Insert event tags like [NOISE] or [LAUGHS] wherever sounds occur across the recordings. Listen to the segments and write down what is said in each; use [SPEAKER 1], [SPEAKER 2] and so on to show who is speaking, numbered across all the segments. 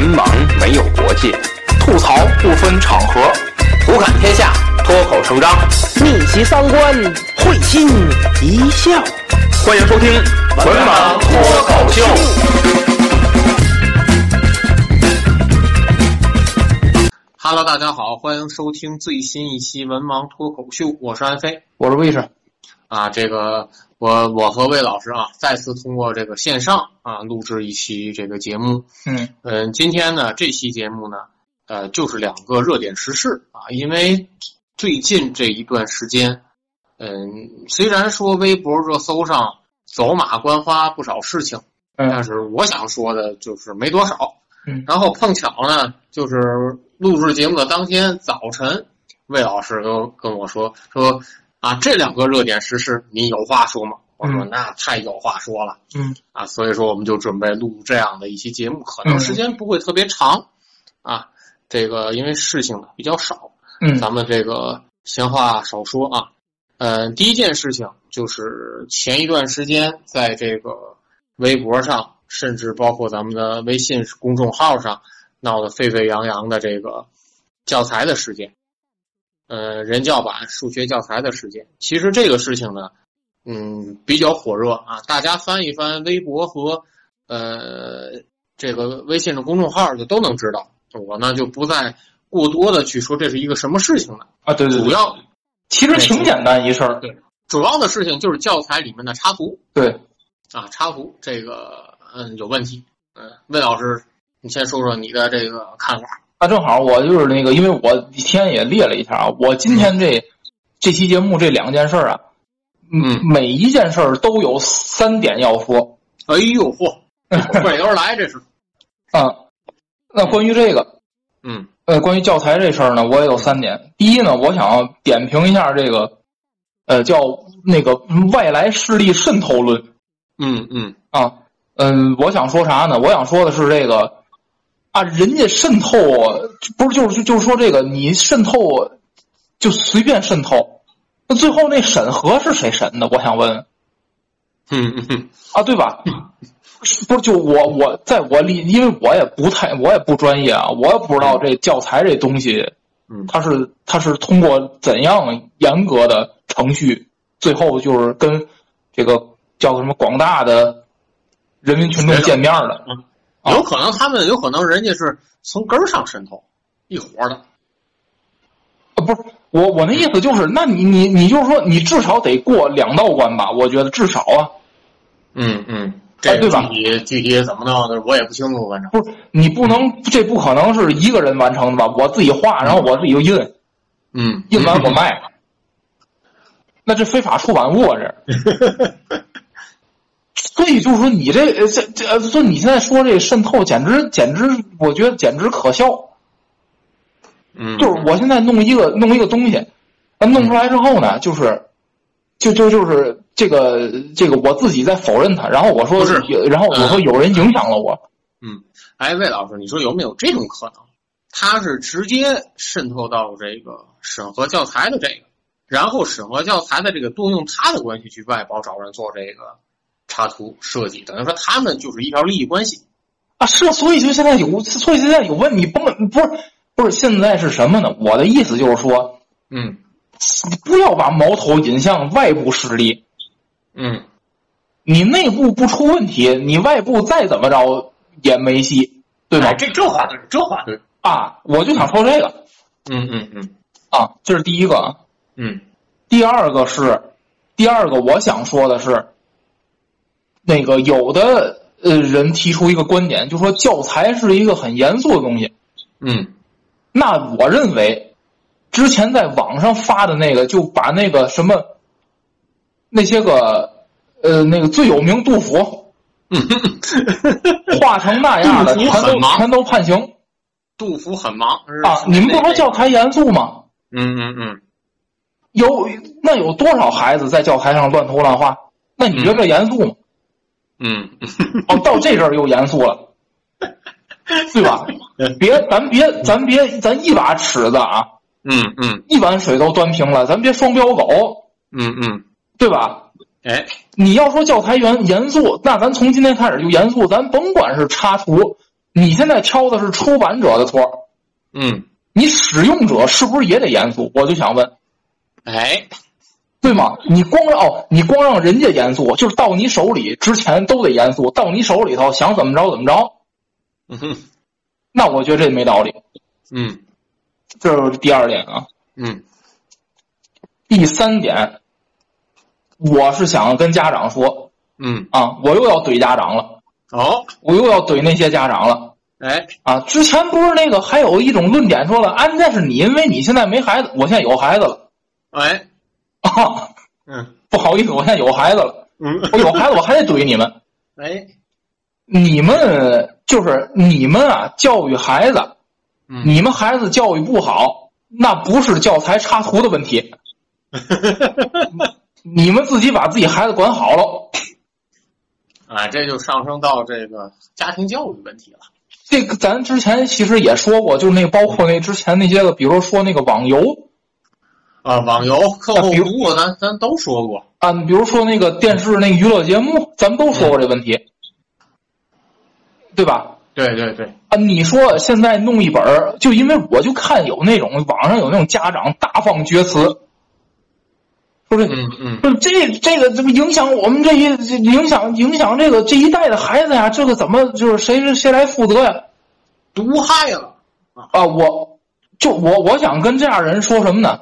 [SPEAKER 1] 没有国界，吐槽不分场合，胡侃天下，脱口成章，
[SPEAKER 2] 逆袭三观，会心一笑。
[SPEAKER 1] 欢迎收听《文盲脱口秀》。
[SPEAKER 3] Hello，大家好，欢迎收听最新一期《文盲脱口秀》，我是安飞
[SPEAKER 2] 我是卫士，
[SPEAKER 3] 啊。这个我我和魏老师啊，再次通过这个线上啊录制一期这个节目。
[SPEAKER 2] 嗯
[SPEAKER 3] 嗯，今天呢这期节目呢，呃，就是两个热点时事啊，因为最近这一段时间，嗯，虽然说微博热搜上走马观花不少事情，但
[SPEAKER 2] 嗯
[SPEAKER 3] 是我想说的就是没多少。
[SPEAKER 2] 嗯
[SPEAKER 3] 然后碰巧呢，就是录制节目的当天早晨，魏老师跟跟我说说啊，这两个热点时事你有话说吗？我说
[SPEAKER 2] 嗯
[SPEAKER 3] 那太有话说了
[SPEAKER 2] 嗯
[SPEAKER 3] 啊，所以说我们就准备录这样的一期节目，可
[SPEAKER 2] 嗯
[SPEAKER 3] 能时间不会特别长啊，这个因为事情呢比较少，
[SPEAKER 2] 嗯
[SPEAKER 3] 咱们这个闲话少说啊。嗯，第一件事情就是前一段时间在这个微博上，甚至包括咱们的微信公众号上闹得沸沸扬扬的这个教材的事件，呃，人教版数学教材的事件。其实这个事情呢，嗯，比较火热啊，大家翻一翻微博和呃这个微信的公众号就都能知道。我呢就不再过多的去说这是一个什么事情了，
[SPEAKER 2] 啊，对对
[SPEAKER 3] 主
[SPEAKER 2] 对，
[SPEAKER 3] 要
[SPEAKER 2] 其实挺简单一事儿。
[SPEAKER 3] 主要的事情就是教材里面的插图
[SPEAKER 2] 对，
[SPEAKER 3] 啊，插图这个嗯有问题。嗯，魏老师，你先说说你的这个看法。
[SPEAKER 2] 那正好我就是那个，因为我今天也列了一下啊，我今天这这期节目这两件事儿啊，
[SPEAKER 3] 嗯
[SPEAKER 2] 每一件事儿都有三点要说。
[SPEAKER 3] 哎呦
[SPEAKER 2] [LAUGHS]
[SPEAKER 3] 嚯，这油来这是，
[SPEAKER 2] 啊，那关于这个，
[SPEAKER 3] 嗯
[SPEAKER 2] 呃，关于教材这事儿呢，我也有三点。第一呢，我想点评一下这个，呃，叫那个外来势力渗透论。
[SPEAKER 3] 嗯嗯
[SPEAKER 2] 啊，嗯，我想说啥呢？我想说的是这个啊，人家渗透不是就是就是说这个你渗透就随便渗透，那最后那审核是谁审的？我想问问
[SPEAKER 3] 嗯嗯嗯
[SPEAKER 2] 啊，对吧？是不是就我我在我理，因为我也不太我也不专业啊，我也不知道这教材这东西
[SPEAKER 3] 嗯，
[SPEAKER 2] 它是它是通过怎样严格的程序，最后就是跟这个叫什么广大的人民群众
[SPEAKER 3] 学生
[SPEAKER 2] 见面儿的。啊
[SPEAKER 3] 嗯有可能他们有可能人家是从根儿上渗透一伙儿的。
[SPEAKER 2] 啊，不是我我那意思就是，那你你你就是说，你至少得过两道关吧？我觉得至少啊，
[SPEAKER 3] 嗯嗯，这
[SPEAKER 2] 哎对吧
[SPEAKER 3] 具体具体怎么弄的我也不清楚，反正
[SPEAKER 2] 不是你不能这不可能是一个人完成的吧？我自己画，然后我自己就印，
[SPEAKER 3] 嗯，
[SPEAKER 2] 印完
[SPEAKER 3] [LAUGHS]
[SPEAKER 2] 我卖，那这非法出版物啊这。所以就是说，你这呃这这，说你现在说这渗透，简直简直，我觉得简直可笑。
[SPEAKER 3] 嗯，嗯
[SPEAKER 2] [LAUGHS] 就是我现在弄一个弄一个东西，那弄出来之后
[SPEAKER 3] 嗯
[SPEAKER 2] 呢，就是，就就就是这个这个我自己在否认它，然后我说
[SPEAKER 3] 不是嗯
[SPEAKER 2] 有，然后我说有人影响了我，
[SPEAKER 3] 哎，魏老师，你说有没有这种可能？他是直接渗透到这个审核教材的这个，然后审核教材的这个动用他的关系去外包找人做这个插图设计，等于说他们就是一条利益关系。
[SPEAKER 2] 啊，是，所以就现在有，所以现在有问你甭管不是不是现在是什么呢？我的意思就是说，
[SPEAKER 3] 嗯
[SPEAKER 2] 不要把矛头引向外部势力，
[SPEAKER 3] 嗯
[SPEAKER 2] 你内部不出问题，你外部再怎么着也没戏，对吧？
[SPEAKER 3] 哎啊这这话对，这话对。
[SPEAKER 2] 啊，我就想说这个
[SPEAKER 3] 嗯嗯嗯
[SPEAKER 2] 啊，这是第一个啊。
[SPEAKER 3] 嗯
[SPEAKER 2] 第二个是，第二个我想说的是，那个有的呃人提出一个观点，就说教材是一个很严肃的东西。
[SPEAKER 3] 嗯
[SPEAKER 2] 那我认为，之前在网上发的那个，就把那个什么那些个呃那个最有名杜甫
[SPEAKER 3] 嗯， [LAUGHS]
[SPEAKER 2] 画成那样的，
[SPEAKER 3] 杜甫
[SPEAKER 2] 全
[SPEAKER 3] 很
[SPEAKER 2] 都
[SPEAKER 3] 忙
[SPEAKER 2] 全都判刑
[SPEAKER 3] 杜甫很忙
[SPEAKER 2] 啊！你们不说教？
[SPEAKER 3] 是
[SPEAKER 2] 材严肃吗？
[SPEAKER 3] 嗯嗯嗯，
[SPEAKER 2] 有那有多少孩子在教材上乱涂乱画？那你觉得这严肃吗？
[SPEAKER 3] 嗯嗯
[SPEAKER 2] 哦，到这阵儿又严肃
[SPEAKER 3] [LAUGHS]
[SPEAKER 2] 了，对吧？别，咱别，咱别，咱一把尺子啊，
[SPEAKER 3] 嗯嗯
[SPEAKER 2] 一碗水都端平了，咱别双标狗，
[SPEAKER 3] 嗯嗯，
[SPEAKER 2] 对吧？
[SPEAKER 3] 哎，
[SPEAKER 2] 你要说教材严严肃，那咱从今天开始就严肃，咱甭管是插图，你现在挑的是出版者的错儿，
[SPEAKER 3] 嗯，
[SPEAKER 2] 你使用者是不是也得严肃？我就想问，
[SPEAKER 3] 哎，
[SPEAKER 2] 对吗？你光让哦，你光让人家严肃，就是到你手里之前都得严肃，到你手里头想怎么着怎么着，
[SPEAKER 3] 嗯哼，
[SPEAKER 2] 那我觉得这没道理。
[SPEAKER 3] 嗯
[SPEAKER 2] 这是第二点啊。
[SPEAKER 3] 嗯
[SPEAKER 2] 第三点，我是想跟家长说
[SPEAKER 3] 嗯，
[SPEAKER 2] 啊，我又要怼家长了，
[SPEAKER 3] 哦，
[SPEAKER 2] 我又要怼那些家长了。
[SPEAKER 3] 哎，
[SPEAKER 2] 啊，之前不是那个还有一种论点说了，啊，那是你因为你现在没孩子，我现在有孩子了
[SPEAKER 3] 哎，
[SPEAKER 2] 啊，
[SPEAKER 3] 嗯
[SPEAKER 2] 不好意思，我现在有孩子了，
[SPEAKER 3] 嗯，
[SPEAKER 2] 我有孩子我还得怼你们，
[SPEAKER 3] 哎， [LAUGHS]
[SPEAKER 2] 你们就是你们啊，教育孩子，
[SPEAKER 3] 嗯
[SPEAKER 2] 你们孩子教育不好，那不是教材插图的问题，你们自己把自己孩子管好了，
[SPEAKER 3] 啊，这就上升到这个家庭教育问题了。
[SPEAKER 2] 这个咱之前其实也说过，就是那包括那之前那些个，比如说那个网游，
[SPEAKER 3] 啊，网游、课后服务，咱咱都说过。
[SPEAKER 2] 啊，你比如说那个电视那个娱乐节目，咱们都说过这问题，对吧？
[SPEAKER 3] 对对对，
[SPEAKER 2] 啊，你说现在弄一本儿，就因为我就看有那种网上有那种家长大放厥词，说这
[SPEAKER 3] 嗯嗯
[SPEAKER 2] 说这这个怎么影响我们这一这影响影响这个这一代的孩子呀？这个怎么就是谁谁来负责呀？
[SPEAKER 3] 毒害了。
[SPEAKER 2] 啊，我就我我想跟这样人说什么呢？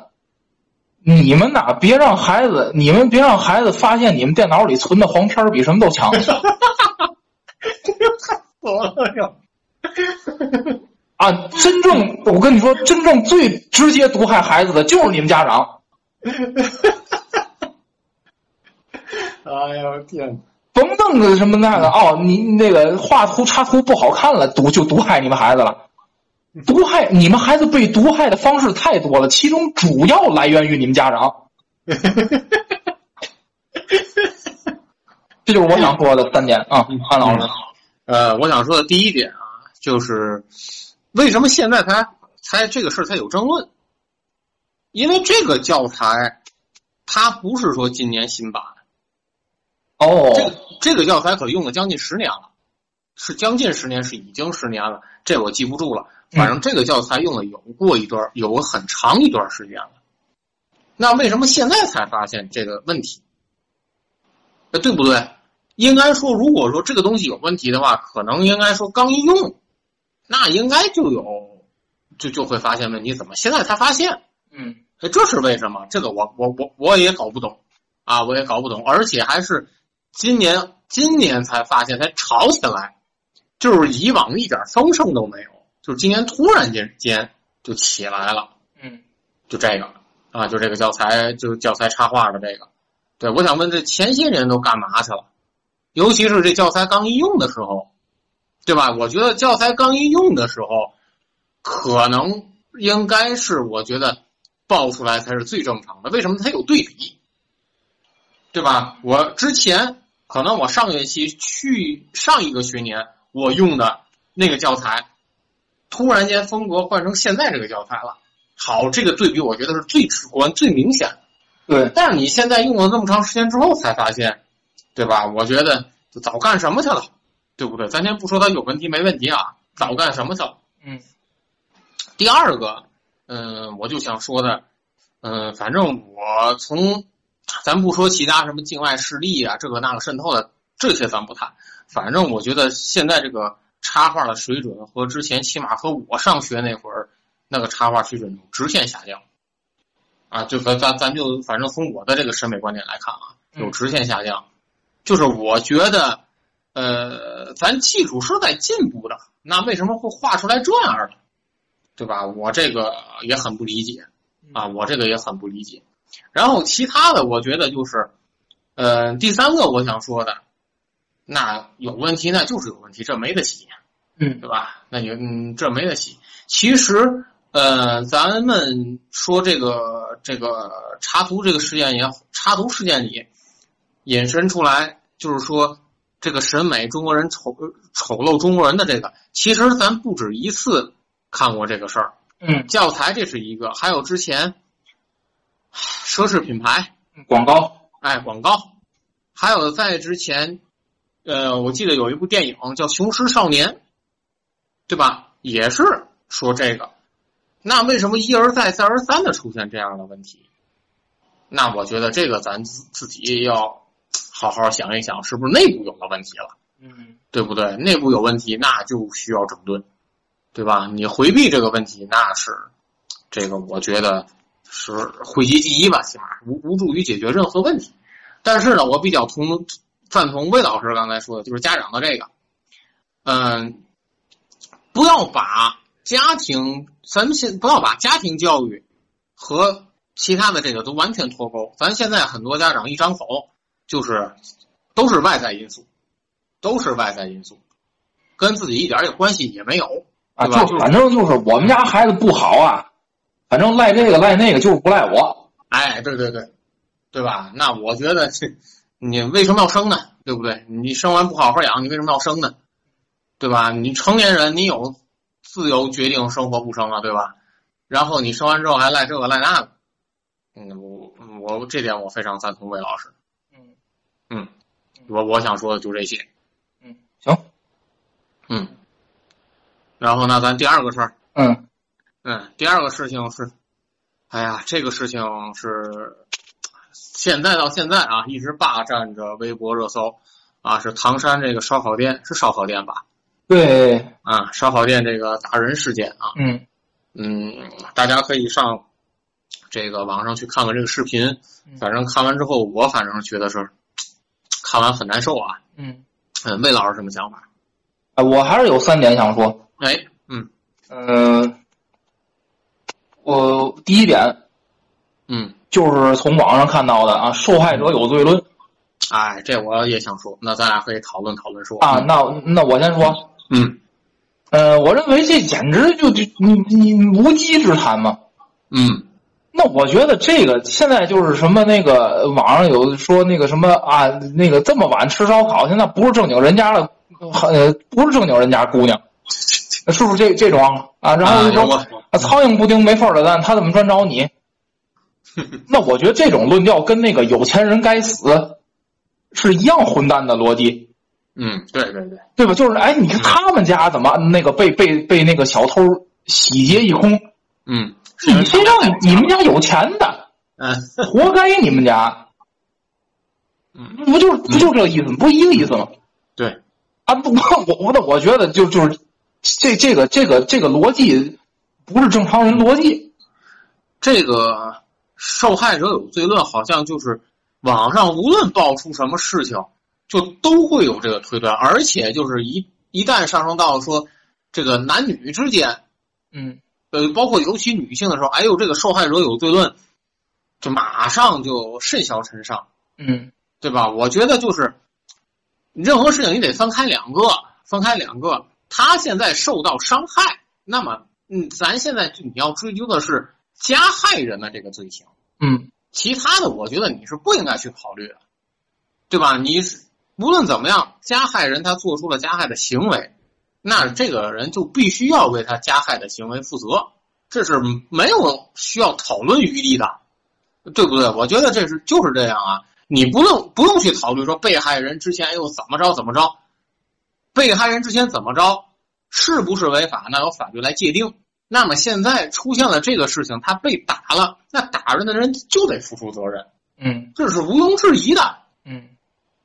[SPEAKER 2] 你们呐，别让孩子，你们别让孩子发现你们电脑里存的黄片儿比什么都强
[SPEAKER 3] 死了又。
[SPEAKER 2] 啊！真正我跟你说，真正最直接毒害孩子的就是你们家长。
[SPEAKER 3] 哎呦天！
[SPEAKER 2] 甭弄个什么那个哦，你你那个画图插图不好看了，毒就毒害你们孩子了。
[SPEAKER 3] 嗯
[SPEAKER 2] 毒害你们孩子被毒害的方式太多了，其中主要来源于你们家
[SPEAKER 3] [LAUGHS]
[SPEAKER 2] 长。这就是我想说的三点啊，
[SPEAKER 3] 嗯
[SPEAKER 2] 安老师。
[SPEAKER 3] 呃，我想说的第一点啊，就是为什么现在才才这个事儿才有争论？因为这个教材，它不是说今年新版，这
[SPEAKER 2] 哦
[SPEAKER 3] 个，这个教材可用了将近十年了，是将近十年，是已经十年了，这我记不住了。反
[SPEAKER 2] 嗯
[SPEAKER 3] 正这个教材用了有过一段，有很长一段时间了。那为什么现在才发现这个问题？呃，对不对？应该说，如果说这个东西有问题的话，可能应该说刚一用，那应该就有，就就会发现问题。怎么现在才发现？
[SPEAKER 2] 嗯
[SPEAKER 3] 哎，这是为什么？这个我我我我也搞不懂啊，我也搞不懂，而且还是今年今年才发现才吵起来，就是以往一点风声都没有，就是今年突然间间就起来了。
[SPEAKER 2] 嗯，
[SPEAKER 3] 就这个啊，就这个教材，就教材插画的这个。对，我想问，这前些年都干嘛去了？尤其是这教材刚一用的时候，对吧？我觉得教材刚一用的时候，可能应该是我觉得爆出来才是最正常的。为什么它有对比？对吧？我之前可能我上学期去上一个学年我用的那个教材，突然间风格换成现在这个教材了。好，这个对比我觉得是最直观、最明显的。
[SPEAKER 2] 对，
[SPEAKER 3] 但是你现在用了那么长时间之后才发现，对吧？我觉得就早干什么去了，对不对？咱先不说它有问题没问题啊，早干什么去了？
[SPEAKER 2] 嗯。
[SPEAKER 3] 第二个，嗯、我就想说的，嗯、反正我从咱不说其他什么境外势力啊，这个那个渗透的这些咱不谈，反正我觉得现在这个插画的水准和之前起码和我上学那会儿那个插画水准直线下降。啊，就咱咱咱就反正从我的这个审美观点来看啊，
[SPEAKER 2] 嗯
[SPEAKER 3] 有直线下降。就是我觉得，呃，咱技术是在进步的，那为什么会画出来这样的，对吧？我这个也很不理解啊，我这个也很不理解。然后其他的，我觉得就是，呃，第三个我想说的，那有问题那就是有问题，这没得洗，
[SPEAKER 2] 嗯
[SPEAKER 3] 对吧？那你嗯，这没得洗。其实，呃，咱们说这个这个插图这个事件也好，插图事件里引申出来，就是说这个审美中国人丑呃丑陋中国人的这个，其实咱不止一次看过这个事儿。
[SPEAKER 2] 嗯，
[SPEAKER 3] 教材这是一个，还有之前奢侈品牌，
[SPEAKER 2] 广告，
[SPEAKER 3] 哎，广告，还有在之前，呃，我记得有一部电影叫《雄狮少年》，对吧？也是说这个，那为什么一而再、再而三的出现这样的问题？那我觉得这个咱自自己要好好想一想，是不是内部有了问题了，
[SPEAKER 2] 嗯，
[SPEAKER 3] 对不对？内部有问题，那就需要整顿，对吧？你回避这个问题，那是这个，我觉得是讳疾忌医吧，起码无无助于解决任何问题。但是呢，我比较同赞同魏老师刚才说的，就是家长的这个，嗯，不要把家庭，咱们现不要把家庭教育和其他的这个都完全脱钩。咱现在很多家长一张口就是都是外在因素，都是外在因素，跟自己一点儿也关系也没有。
[SPEAKER 2] 啊，
[SPEAKER 3] 对吧
[SPEAKER 2] 就反正就是我们家孩子不好啊，反正赖这个赖那个，就是不赖我。
[SPEAKER 3] 哎，对对对，对吧？那我觉得这你为什么要生呢？对不对？你生完不好好养，你为什么要生呢？对吧？你成年人，你有自由决定生活不生啊，对吧？然后你生完之后还赖这个赖那个，嗯，我我这点我非常赞同魏老师。
[SPEAKER 2] 嗯
[SPEAKER 3] 嗯，我我想说的就这些。
[SPEAKER 2] 嗯，行，
[SPEAKER 3] 嗯，然后呢，咱第二个事儿，
[SPEAKER 2] 嗯
[SPEAKER 3] 嗯，第二个事情是，哎呀，这个事情是现在到现在啊，一直霸占着微博热搜啊，是唐山这个烧烤店，是烧烤店吧？
[SPEAKER 2] 对，
[SPEAKER 3] 啊，烧烤店这个打人事件啊，
[SPEAKER 2] 嗯
[SPEAKER 3] 嗯，大家可以上这个网上去看看这个视频
[SPEAKER 2] 嗯，
[SPEAKER 3] 反正看完之后，我反正觉得是看完很难受啊。
[SPEAKER 2] 嗯，
[SPEAKER 3] 嗯，魏老师什么想法？
[SPEAKER 2] 啊，我还是有三点想说。
[SPEAKER 3] 哎，嗯
[SPEAKER 2] 嗯，我第一点
[SPEAKER 3] 嗯，
[SPEAKER 2] 就是从网上看到的啊，受害者有罪论
[SPEAKER 3] 哎，这我也想说，那咱俩可以讨论讨论说
[SPEAKER 2] 啊。，那那我先说，
[SPEAKER 3] 嗯
[SPEAKER 2] 呃，我认为这简直就就你你无稽之谈嘛。
[SPEAKER 3] 嗯。
[SPEAKER 2] 那我觉得这个现在就是什么那个网上有说那个什么啊，那个这么晚吃烧烤，现在不是正经人家的，呃，不是正经人家姑娘，是不是这这种啊？然后
[SPEAKER 3] 啊
[SPEAKER 2] 就说、
[SPEAKER 3] 有过
[SPEAKER 2] 啊，苍蝇不叮没缝儿的蛋，他怎么专找你？那我觉得这种论调跟那个有钱人该死是一样混蛋的逻辑，
[SPEAKER 3] 嗯，对对对，
[SPEAKER 2] 对吧？就是哎，你看他们家怎么那个被被被那个小偷洗劫一空，
[SPEAKER 3] 嗯，
[SPEAKER 2] 你谁让你们家有钱的，
[SPEAKER 3] 嗯
[SPEAKER 2] 活该你们家，
[SPEAKER 3] 嗯，
[SPEAKER 2] 不就是不就这意思吗？不一个意思吗？
[SPEAKER 3] 对，
[SPEAKER 2] 啊，不，我我那我觉得就就是这这个这个这个逻辑不是正常人逻辑，
[SPEAKER 3] 这个受害者有罪论好像就是网上无论爆出什么事情，就都会有这个推断，而且就是一一旦上升到说这个男女之间，
[SPEAKER 2] 嗯
[SPEAKER 3] 呃，包括尤其女性的时候，哎呦，这个受害者有罪论，就马上就甚嚣尘上。
[SPEAKER 2] 嗯
[SPEAKER 3] 对吧？我觉得就是任何事情你得分开两个，分开两个。他现在受到伤害，那么嗯，咱现在你要追究的是加害人的这个罪行，
[SPEAKER 2] 嗯
[SPEAKER 3] 其他的我觉得你是不应该去考虑的，对吧？你无论怎么样，加害人他做出了加害的行为，那这个人就必须要为他加害的行为负责，这是没有需要讨论余地的，对不对？我觉得这是就是这样啊，你不用不用去考虑说被害人之前又怎么着怎么着，被害人之前怎么着是不是违法，那由法律来界定。那么现在出现了这个事情，他被打了，那打人的人就得付出责任，
[SPEAKER 2] 嗯
[SPEAKER 3] 这是毋庸置疑的。
[SPEAKER 2] 嗯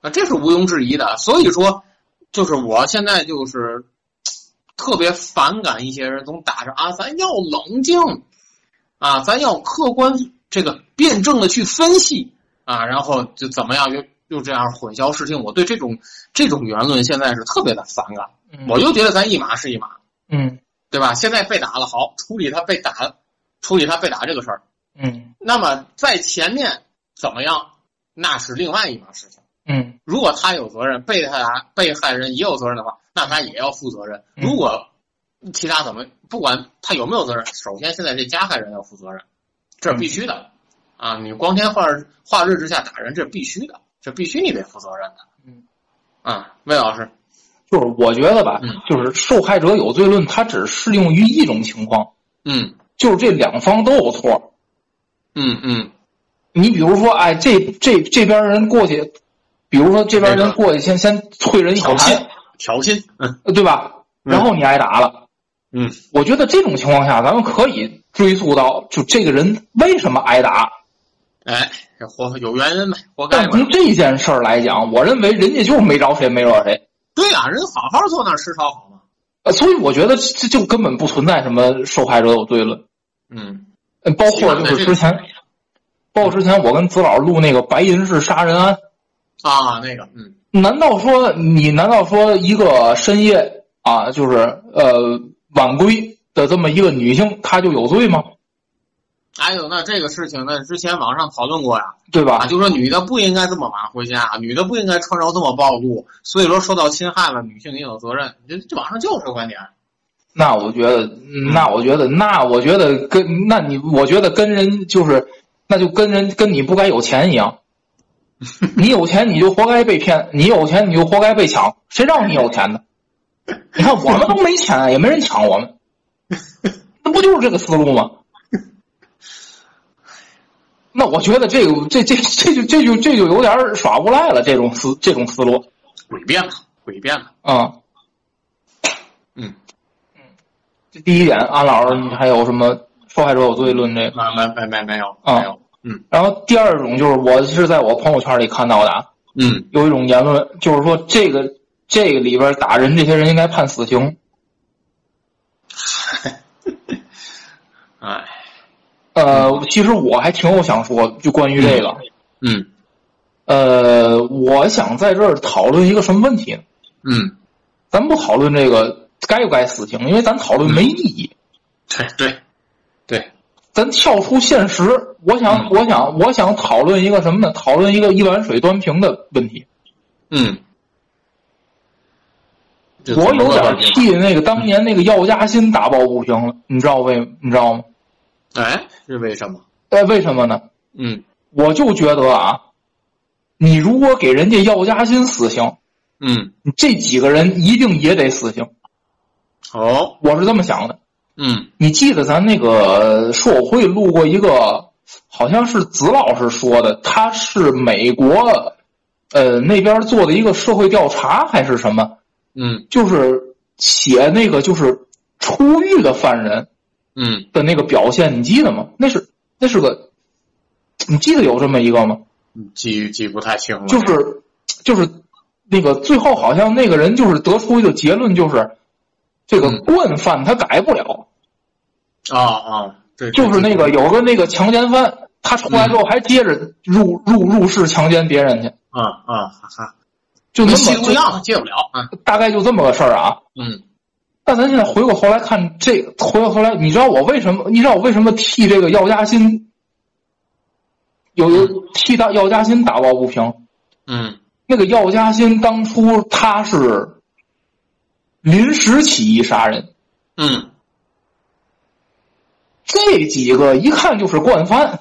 [SPEAKER 3] 啊，这是毋庸置疑的。所以说，就是我现在就是特别反感一些人总打着啊，咱要冷静啊，咱要客观这个辩证的去分析啊，然后就怎么样又又这样混淆视听。我对这种这种言论现在是特别的反感，
[SPEAKER 2] 嗯，
[SPEAKER 3] 我就觉得咱一码是一码。
[SPEAKER 2] 嗯
[SPEAKER 3] 对吧？现在被打了，好处理他被打，处理他被打这个事儿。
[SPEAKER 2] 嗯
[SPEAKER 3] 那么在前面怎么样，那是另外一码事情。
[SPEAKER 2] 嗯
[SPEAKER 3] 如果他有责任，被害被害人也有责任的话，那他也要负责任。
[SPEAKER 2] 嗯
[SPEAKER 3] 如果其他怎么不管他有没有责任，首先现在这加害人要负责任，这是必须的
[SPEAKER 2] 嗯
[SPEAKER 3] 啊！你光天化日化日之下打人，这是必须的，这必须你得负责任的。
[SPEAKER 2] 嗯，
[SPEAKER 3] 啊，魏老师，
[SPEAKER 2] 就是我觉得吧
[SPEAKER 3] 嗯，
[SPEAKER 2] 就是受害者有罪论，它只适用于一种情况，
[SPEAKER 3] 嗯
[SPEAKER 2] 就是这两方都有错。
[SPEAKER 3] 嗯嗯
[SPEAKER 2] 你比如说，哎，这这这边人过去，比如说这边人过去先先啐人一口
[SPEAKER 3] 挑衅
[SPEAKER 2] 痰，
[SPEAKER 3] 挑衅，嗯
[SPEAKER 2] 呃对吧？
[SPEAKER 3] 嗯
[SPEAKER 2] 然后你挨打了，
[SPEAKER 3] 嗯，
[SPEAKER 2] 我觉得这种情况下，咱们可以追溯到就这个人为什么挨打。
[SPEAKER 3] 哎，这活有原因呗，活该
[SPEAKER 2] 但
[SPEAKER 3] 嘛。
[SPEAKER 2] 从这件事儿来讲，我认为人家就是没招谁，没惹谁。
[SPEAKER 3] 对啊，人好好坐那儿吃烧烤嘛。
[SPEAKER 2] 呃，所以我觉得这这就根本不存在什么受害者有罪论。
[SPEAKER 3] 嗯，
[SPEAKER 2] 嗯，包括就是之前，包括之前我跟子老录那个白银市杀人案，
[SPEAKER 3] 啊，那个，嗯，
[SPEAKER 2] 难道说你难道说一个深夜啊，就是呃晚归的这么一个女性，她就有罪吗？
[SPEAKER 3] 还有哎那这个事情，那之前网上讨论过呀，
[SPEAKER 2] 对
[SPEAKER 3] 啊，
[SPEAKER 2] 吧？
[SPEAKER 3] 就说女的不应该这么晚回家，啊女的不应该穿着这么暴露，所以说受到侵害了，女性也有责任。这这网上就是这个观点。
[SPEAKER 2] 那我觉得，那我觉得，那我觉得跟那你，我觉得跟人就是，那就跟人跟你不该有钱一样，你有钱你就活该被骗，你有钱你就活该被抢，谁让你有钱的？你看我们都没钱，啊也没人抢我们，那不就是这个思路吗？那我觉得这个这这这就这就这就有点儿耍无赖了，这种思这种思路，
[SPEAKER 3] 诡辩吧，诡辩吧。
[SPEAKER 2] 啊，
[SPEAKER 3] 嗯
[SPEAKER 2] 嗯，这第一点，安老师，你还有什么受害者有罪论这个？
[SPEAKER 3] 没没没没没有
[SPEAKER 2] 啊
[SPEAKER 3] 没有。
[SPEAKER 2] 然后第二种就是我是在我朋友圈里看到的啊，
[SPEAKER 3] 嗯，
[SPEAKER 2] 有一种言论就是说这个这个里边打人这些人应该判死刑。
[SPEAKER 3] 哎，
[SPEAKER 2] 呃，其实我还挺有想说，就关于这个，
[SPEAKER 3] 嗯
[SPEAKER 2] 呃，我想在这儿讨论一个什么问题呢？
[SPEAKER 3] 嗯，
[SPEAKER 2] 咱不讨论这个该不该死刑，因为咱讨论没意义。
[SPEAKER 3] 对对对，
[SPEAKER 2] 咱跳出现实，我想，
[SPEAKER 3] 嗯
[SPEAKER 2] 我想，我想讨论一个什么呢？讨论一个一碗水端平的问题。
[SPEAKER 3] 嗯。这
[SPEAKER 2] 我
[SPEAKER 3] 怎么
[SPEAKER 2] 有
[SPEAKER 3] 个
[SPEAKER 2] 点
[SPEAKER 3] 观点
[SPEAKER 2] 替那个当年那个药家鑫打抱不平了，你知道为你知道吗？
[SPEAKER 3] 哎，是为什么？
[SPEAKER 2] 哎，为什么呢？
[SPEAKER 3] 嗯
[SPEAKER 2] 我就觉得啊，你如果给人家药家鑫死刑，
[SPEAKER 3] 嗯，
[SPEAKER 2] 你这几个人一定也得死刑。
[SPEAKER 3] 好，
[SPEAKER 2] 我是这么想的。
[SPEAKER 3] 嗯
[SPEAKER 2] 你记得咱那个说我会录过一个，好像是子老师说的，他是美国，呃那边做的一个社会调查还是什么，
[SPEAKER 3] 嗯
[SPEAKER 2] 就是写那个就是出狱的犯人
[SPEAKER 3] 嗯，
[SPEAKER 2] 的那个表现，你记得吗？那是那是个，你记得有这么一个吗？
[SPEAKER 3] 记记不太清了。
[SPEAKER 2] 就是就是那个最后好像那个人就是得出一个结论，就是这个
[SPEAKER 3] 嗯
[SPEAKER 2] 惯犯他改不了，
[SPEAKER 3] 啊啊，对，嗯
[SPEAKER 2] 就是那个有个那个强奸犯，他出来之后还接着入入入室强奸别人去，
[SPEAKER 3] 啊啊，哈哈，
[SPEAKER 2] 就那
[SPEAKER 3] 没
[SPEAKER 2] 么
[SPEAKER 3] 吸毒
[SPEAKER 2] 就
[SPEAKER 3] 药戒不了啊。
[SPEAKER 2] 大概就这么个事儿啊。
[SPEAKER 3] 嗯
[SPEAKER 2] 但咱现在回过头来看这，回过头来，你知道我为什么？你知道我为什么替这个药家鑫有
[SPEAKER 3] 嗯
[SPEAKER 2] 替他药家鑫打抱不平？
[SPEAKER 3] 嗯
[SPEAKER 2] 那个药家鑫当初他是临时起意杀人，
[SPEAKER 3] 嗯
[SPEAKER 2] 这几个一看就是惯犯。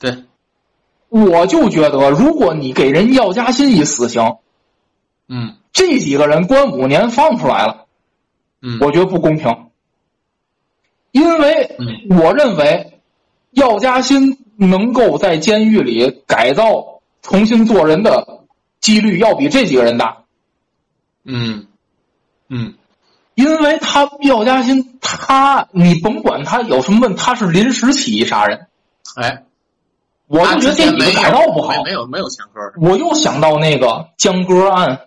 [SPEAKER 3] 对，
[SPEAKER 2] 我就觉得，如果你给人药家鑫一死刑，
[SPEAKER 3] 嗯
[SPEAKER 2] 这几个人关五年放出来了，
[SPEAKER 3] 嗯，
[SPEAKER 2] 我觉得不公平，因为
[SPEAKER 3] 嗯
[SPEAKER 2] 我认为药家鑫能够在监狱里改造、重新做人的几率要比这几个人大，
[SPEAKER 3] 嗯嗯
[SPEAKER 2] 因为他药家鑫他，你甭管他有什么问，他是临时起意杀人，
[SPEAKER 3] 哎，
[SPEAKER 2] 我
[SPEAKER 3] 他
[SPEAKER 2] 就觉得
[SPEAKER 3] 之
[SPEAKER 2] 这
[SPEAKER 3] 前
[SPEAKER 2] 几
[SPEAKER 3] 没
[SPEAKER 2] 个
[SPEAKER 3] 有
[SPEAKER 2] 改造不好
[SPEAKER 3] 没。没有没有前科的。
[SPEAKER 2] 我又想到那个江歌案，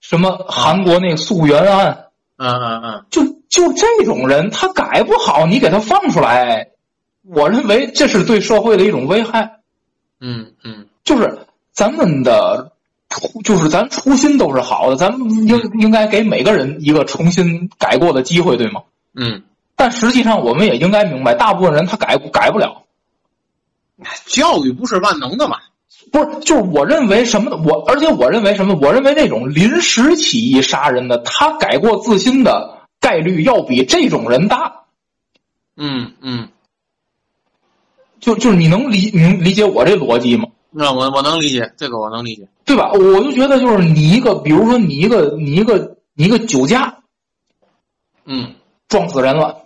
[SPEAKER 2] 什么韩国那个溯源案，
[SPEAKER 3] 嗯嗯嗯，
[SPEAKER 2] 就就这种人，他改不好，你给他放出来，我认为这是对社会的一种危害。
[SPEAKER 3] 嗯嗯
[SPEAKER 2] 就是咱们的初，就是咱初心都是好的，咱们应应该给每个人一个重新改过的机会，对吗？
[SPEAKER 3] 嗯，
[SPEAKER 2] 但实际上，我们也应该明白，大部分人他改不改不了。
[SPEAKER 3] 教育不是万能的嘛。
[SPEAKER 2] 不是，就是我认为什么的，我而且我认为什么，我认为那种临时起意杀人的，他改过自新的概率要比这种人大。
[SPEAKER 3] 嗯嗯，
[SPEAKER 2] 就就是你能理你能理解我这逻辑吗？
[SPEAKER 3] 那我我能理解这个，我能理解。
[SPEAKER 2] 对吧？我就觉得就是你一个，比如说你一个你一个你一个酒驾
[SPEAKER 3] 嗯
[SPEAKER 2] 撞死人了，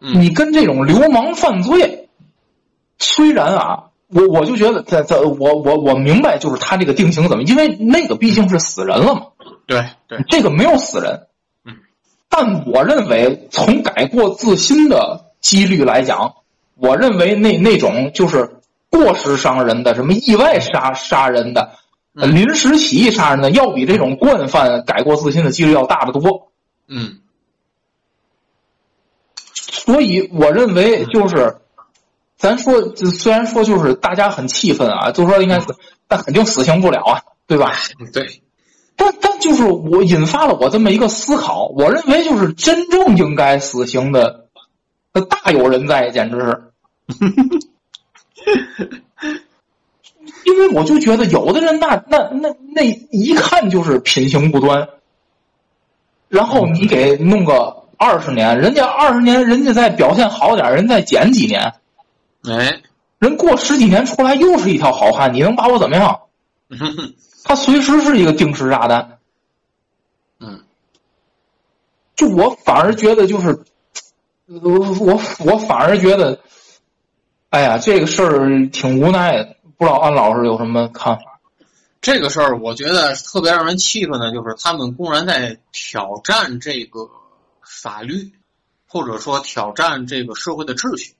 [SPEAKER 3] 嗯
[SPEAKER 2] 你跟这种流氓犯罪，虽然啊，我我就觉得在在我我我明白就是他这个定型怎么，因为那个毕竟是死人了嘛，
[SPEAKER 3] 对对，
[SPEAKER 2] 这个没有死人，但我认为，从改过自新的几率来讲，我认为那那种就是过失伤人的、什么意外杀杀人的、呃
[SPEAKER 3] 嗯
[SPEAKER 2] 临时起意杀人的，要比这种惯犯改过自新的几率要大得多。
[SPEAKER 3] 嗯
[SPEAKER 2] 所以，我认为就是，咱说就虽然说就是大家很气愤啊，就说应该死，但肯定死刑不了啊，对吧？
[SPEAKER 3] 嗯，对，
[SPEAKER 2] 但但就是我引发了我这么一个思考，我认为就是真正应该死刑的，那大有人在，简直是。因为我就觉得有的人那那那那一看就是品行不端，然后你给弄个二十年，人家二十年，人家再表现好点儿，人再减几年，
[SPEAKER 3] 哎，
[SPEAKER 2] 人过十几年出来又是一条好汉，你能把我怎么样？他随时是一个定时炸弹。
[SPEAKER 3] 嗯，
[SPEAKER 2] 就我反而觉得就是，呃我我我反而觉得，哎呀，这个事儿挺无奈的，不知道安老师有什么看法？
[SPEAKER 3] 这个事儿我觉得特别让人气愤的，就是他们公然在挑战这个法律，或者说挑战这个社会的秩序。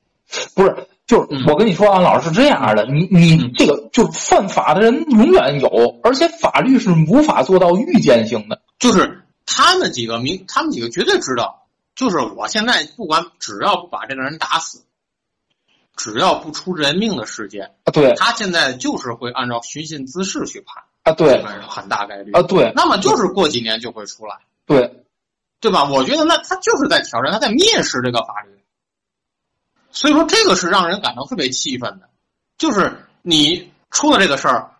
[SPEAKER 2] 不是，就是
[SPEAKER 3] 嗯
[SPEAKER 2] 我跟你说，安老师是这样的，你你
[SPEAKER 3] 嗯
[SPEAKER 2] 这个就是犯法的人永远有，而且法律是无法做到预见性的。
[SPEAKER 3] 就是他们几个明，他们几个绝对知道，就是我现在不管，只要不把这个人打死，只要不出人命的事件，
[SPEAKER 2] 啊，对
[SPEAKER 3] 他现在就是会按照寻衅滋事去判，
[SPEAKER 2] 啊，对
[SPEAKER 3] 基本上很大概率
[SPEAKER 2] 啊，。对
[SPEAKER 3] 那么就是过几年就会出来，
[SPEAKER 2] 对，
[SPEAKER 3] 对吧？我觉得那他就是在挑战，他在蔑视这个法律，所以说这个是让人感到特别气愤的，就是你出了这个事儿，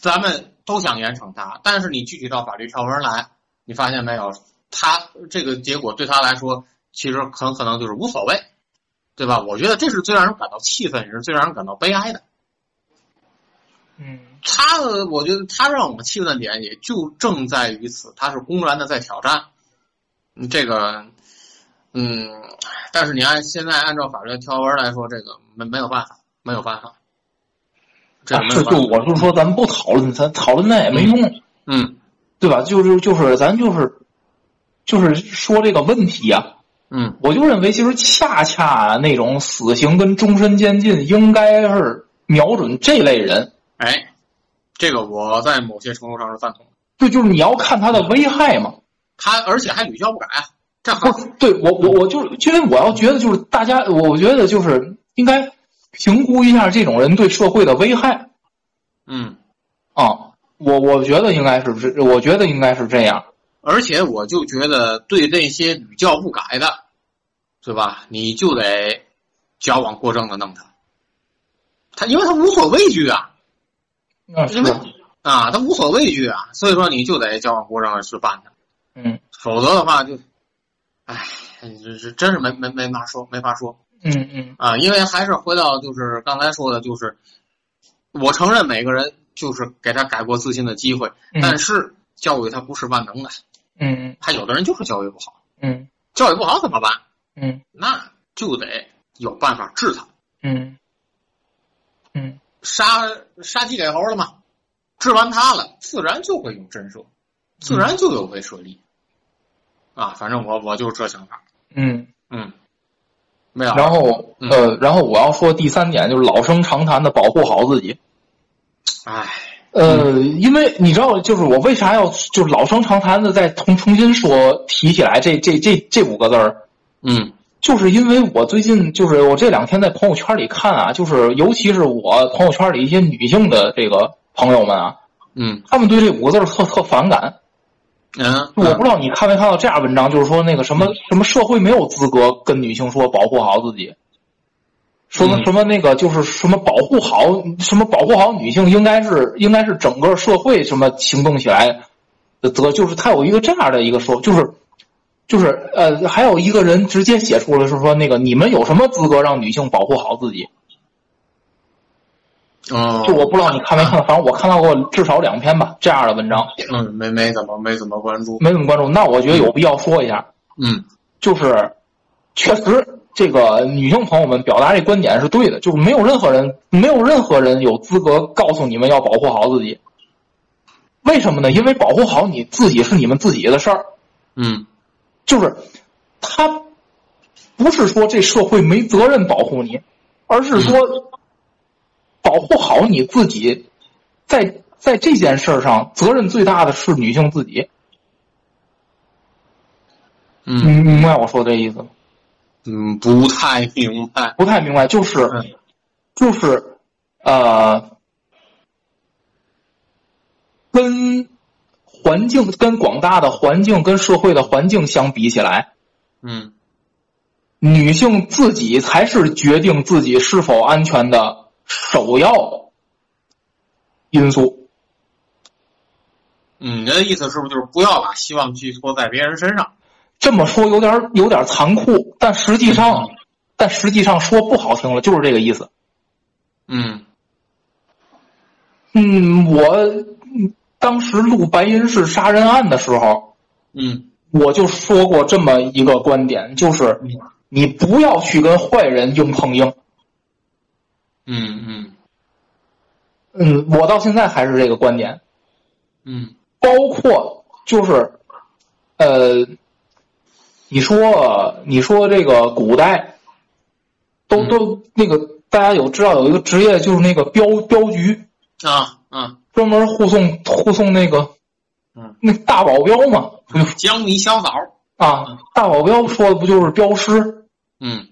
[SPEAKER 3] 咱们都想严惩他，但是你具体到法律条文来，你发现没有，他这个结果对他来说其实很可能就是无所谓，对吧？我觉得这是最让人感到气愤，也是最让人感到悲哀的。
[SPEAKER 2] 嗯，
[SPEAKER 3] 他，呃我觉得他让我气愤的点也就正在于此，他是公然的在挑战，嗯这个，嗯，但是你按现在按照法律的条文来说，这个没没有办法，没有办法，这个没
[SPEAKER 2] 啊是
[SPEAKER 3] 有
[SPEAKER 2] 就
[SPEAKER 3] 办法，
[SPEAKER 2] 我就说，咱们不讨论，咱讨论那也没用。
[SPEAKER 3] 嗯
[SPEAKER 2] 对吧？就是就是，咱就是就是说这个问题啊，
[SPEAKER 3] 嗯
[SPEAKER 2] 我就认为其实恰恰那种死刑跟终身监禁应该是瞄准这类人。
[SPEAKER 3] 哎，这个我在某些程度上是赞同的，
[SPEAKER 2] 对，就是你要看他的危害嘛。
[SPEAKER 3] 他而且还屡教不改，啊这还
[SPEAKER 2] 不 [LAUGHS] 是，对我我我就因为我要觉得就是大家，我我觉得就是应该评估一下这种人对社会的危害
[SPEAKER 3] 嗯，
[SPEAKER 2] 啊。我我觉得应该是这，我觉得应该是这样。
[SPEAKER 3] 而且我就觉得对这些屡教不改的，对吧？你就得矫枉过正的弄他，他因为他无所畏惧啊
[SPEAKER 2] 嗯，是
[SPEAKER 3] 因为，啊，他无所畏惧啊，所以说你就得矫枉过正的去办他，
[SPEAKER 2] 嗯
[SPEAKER 3] 否则的话就，唉，这这真是没没没法说，没法说。
[SPEAKER 2] 嗯嗯
[SPEAKER 3] 啊，因为还是回到就是刚才说的，就是我承认每个人就是给他改过自新的机会，
[SPEAKER 2] 嗯
[SPEAKER 3] 但是教育他不是万能的，
[SPEAKER 2] 嗯
[SPEAKER 3] 他有的人就是教育不好，
[SPEAKER 2] 嗯
[SPEAKER 3] 教育不好怎么办？
[SPEAKER 2] 嗯
[SPEAKER 3] 那就得有办法治他，
[SPEAKER 2] 嗯嗯
[SPEAKER 3] 杀杀鸡给猴了嘛，治完他了，自然就会有震慑，自然就有威慑力。啊，反正我我就是这想法，
[SPEAKER 2] 嗯。
[SPEAKER 3] 嗯，没有，
[SPEAKER 2] 然后
[SPEAKER 3] 嗯
[SPEAKER 2] 呃，然后我要说第三点就是老生常谈的保护好自己。
[SPEAKER 3] 唉，
[SPEAKER 2] 呃，因为你知道，就是我为啥要就是老生常谈的再重重新说提起来这这这这五个字儿，
[SPEAKER 3] 嗯
[SPEAKER 2] 就是因为我最近就是我这两天在朋友圈里看啊，就是尤其是我朋友圈里一些女性的这个朋友们啊，
[SPEAKER 3] 嗯
[SPEAKER 2] 她们对这五个字儿特特反感。
[SPEAKER 3] 嗯，
[SPEAKER 2] 我不知道你看没看到这样文章，就是说那个什么什么社会没有资格跟女性说保护好自己，说
[SPEAKER 3] 嗯
[SPEAKER 2] 什么那个就是什么保护好什么保护好女性，应该是应该是整个社会什么行动起来的责，就是他有一个这样的一个说，就是就是呃，还有一个人直接写出了是说那个你们有什么资格让女性保护好自己？
[SPEAKER 3] 哦，
[SPEAKER 2] 就我不知道你看没看到，反正我看到过至少两篇吧这样的文章，
[SPEAKER 3] 嗯，没没怎么没怎么关注。
[SPEAKER 2] 没怎么关注。那我觉得有必要说一下。
[SPEAKER 3] 嗯
[SPEAKER 2] 就是确实这个女性朋友们表达这观点是对的，就是没有任何人没有任何人有资格告诉你们要保护好自己。为什么呢？因为保护好你自己是你们自己的事儿，
[SPEAKER 3] 嗯
[SPEAKER 4] 就是他不是说这社会没责任保护你，而是说保护好你自己，在在这件事儿上，责任最大的是女性自己。你
[SPEAKER 3] 嗯
[SPEAKER 4] 你明白我说的这意思吗？
[SPEAKER 3] 嗯，不太明白。
[SPEAKER 4] 不太明白，就是
[SPEAKER 3] 嗯
[SPEAKER 4] 就是呃，跟环境跟广大的环境跟社会的环境相比起来，
[SPEAKER 3] 嗯
[SPEAKER 4] 女性自己才是决定自己是否安全的首要因素。
[SPEAKER 3] 嗯，你的意思是不是就是不要把希望寄托在别人身上？
[SPEAKER 4] 这么说有点有点残酷，但实际上，但实际上说不好听了，就是这个意思。
[SPEAKER 3] 嗯
[SPEAKER 4] 嗯，我嗯当时录白银市杀人案的时候，
[SPEAKER 3] 嗯
[SPEAKER 4] 我就说过这么一个观点，就是
[SPEAKER 3] 嗯
[SPEAKER 4] 你不要去跟坏人硬碰硬。
[SPEAKER 3] 嗯
[SPEAKER 4] 嗯，我到现在还是这个观点，
[SPEAKER 3] 嗯
[SPEAKER 4] 包括就是，呃，你说你说这个古代，都
[SPEAKER 3] 嗯
[SPEAKER 4] 都那个大家有知道有一个职业就是那个镖镖局，
[SPEAKER 3] 嗯啊啊，
[SPEAKER 4] 专门护送护送那个，
[SPEAKER 3] 嗯，
[SPEAKER 4] 那大保镖嘛，不就
[SPEAKER 3] 江米小枣。
[SPEAKER 4] 啊，大保镖说的不就是镖师？
[SPEAKER 3] 嗯